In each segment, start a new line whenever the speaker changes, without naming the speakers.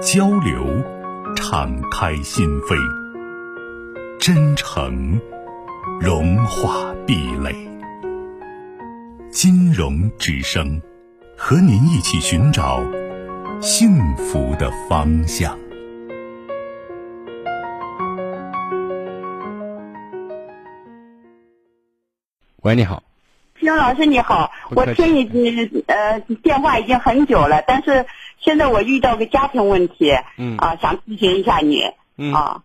交流，敞开心扉；真诚，融化壁垒。金融之声，和您一起寻找幸福的方向。
喂，你好。
金荣老师你好，
不
我
客气
听你呃电话已经很久了，但是现在我遇到个家庭问题，
嗯
啊，想咨询一下你，
嗯
啊，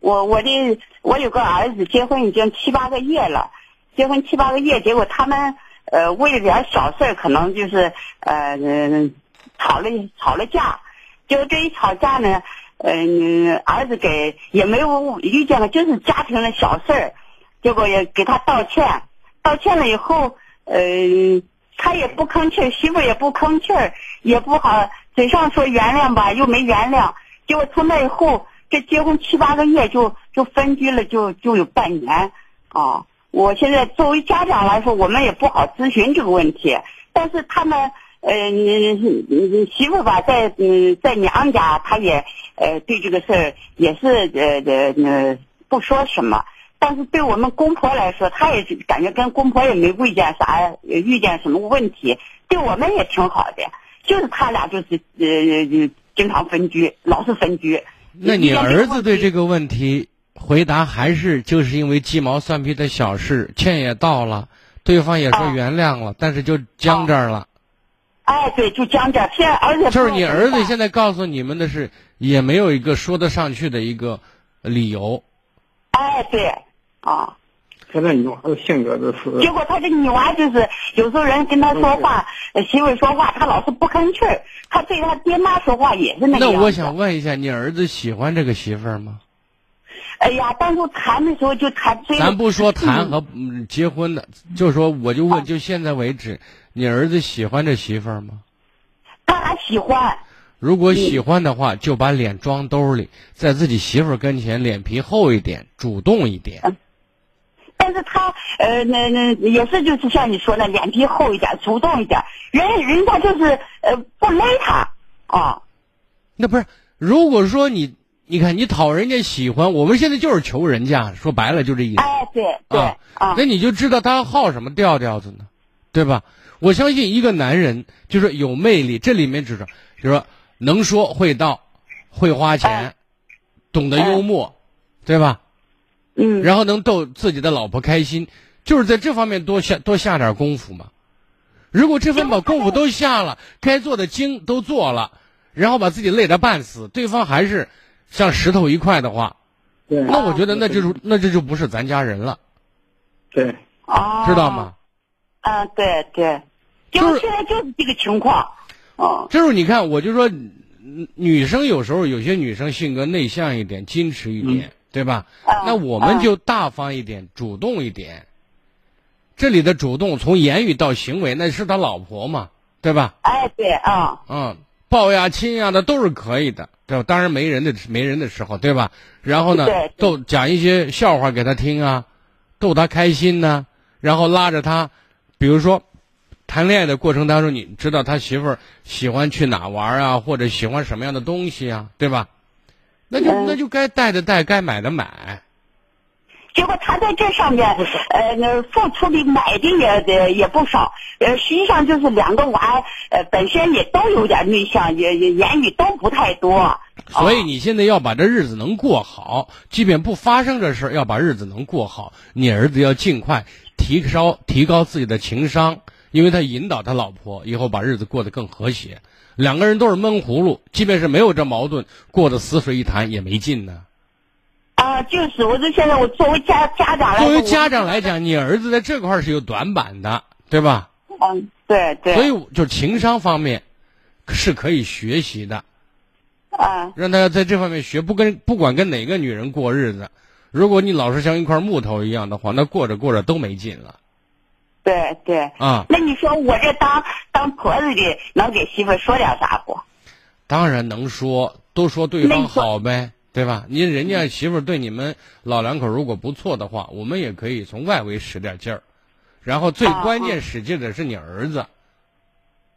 我我的我有个儿子结婚已经七八个月了，结婚七八个月，结果他们呃为了点小事儿可能就是呃嗯吵了吵了架，结果这一吵架呢，嗯、儿子给也没有遇见过，就是家庭的小事儿，结果也给他道歉，道歉了以后，嗯、他也不吭气儿，媳妇儿也不吭气儿，也不好嘴上说原谅吧，又没原谅。结果从那以后，这结婚七八个月就就分居了就，就有半年啊。我现在作为家长来说，我们也不好咨询这个问题，但是他们。呃，你你你媳妇儿吧，在嗯在娘家，她也呃对这个事儿也是呃呃呃不说什么，但是对我们公婆来说，她也是感觉跟公婆也没遇见啥呃遇见什么问题，对我们也挺好的，就是他俩就是呃呃经常分居，老是分居。
那
遇
你
见
儿子
个问
对
题
这个问题回答还是就是因为鸡毛蒜皮的小事，歉也道了，对方也说
啊
原谅了，但是就僵这儿了。
哎对，就讲讲，现在儿子也不
就是
知道
你
怎么
儿子
办
现在告诉你们的是，也没有一个说得上去的一个理由。
哎对啊。
现在你娃的性格就是
结果他这女娃就是，有时候人跟他说话，
嗯
呃媳妇儿说话，他老是不吭气儿。他对他爹妈说话也是那个
那
样子。
我想问一下，你儿子喜欢这个媳妇儿吗？
哎呀，当初谈的时候就谈这个。
咱不说谈和嗯结婚的，就说我就
啊
问，就现在为止，你儿子喜欢这媳妇儿吗？
当然喜欢。
如果喜欢的话，就把脸装兜里，在自己媳妇儿跟前脸皮厚一点，主动一点。
但是他呃，那那也是就是像你说的，脸皮厚一点，主动一点，人人家就是呃不勒他啊，
那不是，如果说你，你看你讨人家喜欢，我们现在就是求人家，说白了就这意思。
哎，对对
啊
啊
那，你就知道他好什么调调子呢，对吧？我相信一个男人就是有魅力，这里面指着，比如说能说会道，会花
哎
钱，懂得幽默，对吧？
嗯，
然后能逗自己的老婆开心，就是在这方面多下多下点功夫嘛。如果这份把功夫都下了，该做的精都做了，然后把自己累得半死，对方还是像石头一块的话，
对
那我觉得那就是那这就不是咱家人了，
对
哦，
知道吗？？
嗯，对对，结
就
果
是
现在就是这个情况，哦，
就是你看，我就说，嗯女生有时候有些女生性格内向一点，矜持一点，对吧？
嗯
那我们就大方一点，主动一点。这里的主动，从言语到行为，那是他老婆嘛，对吧？
哎，对啊，
嗯，抱呀、亲呀的都是可以的，对吧？当然没人的没人的时候，对吧？然后呢
对对，
逗讲一些笑话给他听啊，逗他开心呢、然后拉着他，比如说谈恋爱的过程当中，你知道他媳妇儿喜欢去哪玩啊，或者喜欢什么样的东西啊，对吧？那就
嗯
那就该带的带，该买的买。
结果他在这上面
不少，
呃，那付出的买的也也也不少，呃，实际上就是两个娃，呃，本身也都有点内向，也也言语都不太多，
所以你现在要把这日子能过好，即便不发生这事儿，要把日子能过好。你儿子要尽快提高提高自己的情商，因为他引导他老婆以后把日子过得更和谐。两个人都是闷葫芦，即便是没有这矛盾，过得死水一潭也没劲呢。
啊，就是，我说现在我作为家家长来说，
作为家长来讲，你儿子在这块儿是有短板的，对吧？
我，嗯，对对，
所以我就情商方面是可以学习的。
嗯
让他要在这方面学，不跟不管跟哪个女人过日子，如果你老是像一块木头一样的话，那过着过着都没劲了
对对。
啊！
那你说我这当当婆子的，能给媳妇说点啥不？
当然能说，都说对
那
方
你说
好呗，对吧？你人家媳妇儿对你们老两口如果不错的话，我们也可以从外围使点劲儿，然后最
啊
关键使劲的是你儿子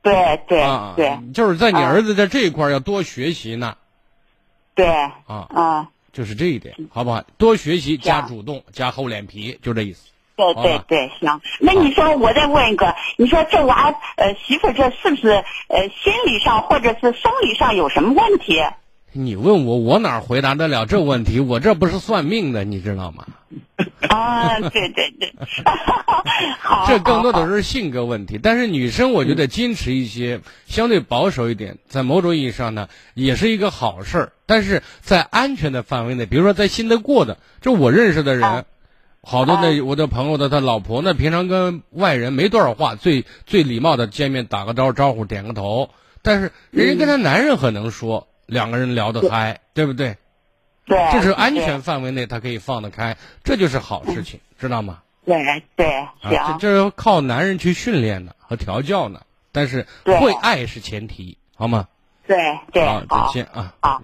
对对
啊
对，
就是在你
啊
儿子在这一块儿要多学习呢
对，
啊，
嗯，
就是这一点，好不好？多学习加
行
主动加厚脸皮，就这意思。
对
好
对
吧
对，行。那
啊
你说我再问一个，你说这娃呃媳妇这是不是呃心理上或者是生理上有什么 问题？
你问我，我哪儿回答得了这问题？我这不是算命的，你知道吗？
啊，对对对， 好，
这更多的
是
是性格问题。但是女生，我觉得矜持一些，相对保守一点，在某种意义上呢，也是一个好事儿。但是在安全的范围内，比如说在信得过的，这我认识的人
啊，
好多的我的朋友的他老婆呢，平常跟外人没多少话，最最礼貌的见面打个招招呼，点个头。但是人家跟他男人很能说，两个人聊得嗨，对不对？
啊对，
这是安
对
全范围内，他可以放得开，这就是好事情，知道吗？
对对，
啊，这
嗯行，
这是靠男人去训练的和调教呢，但是
对
会爱是前提，好吗？
对对，
好，再见啊。
好。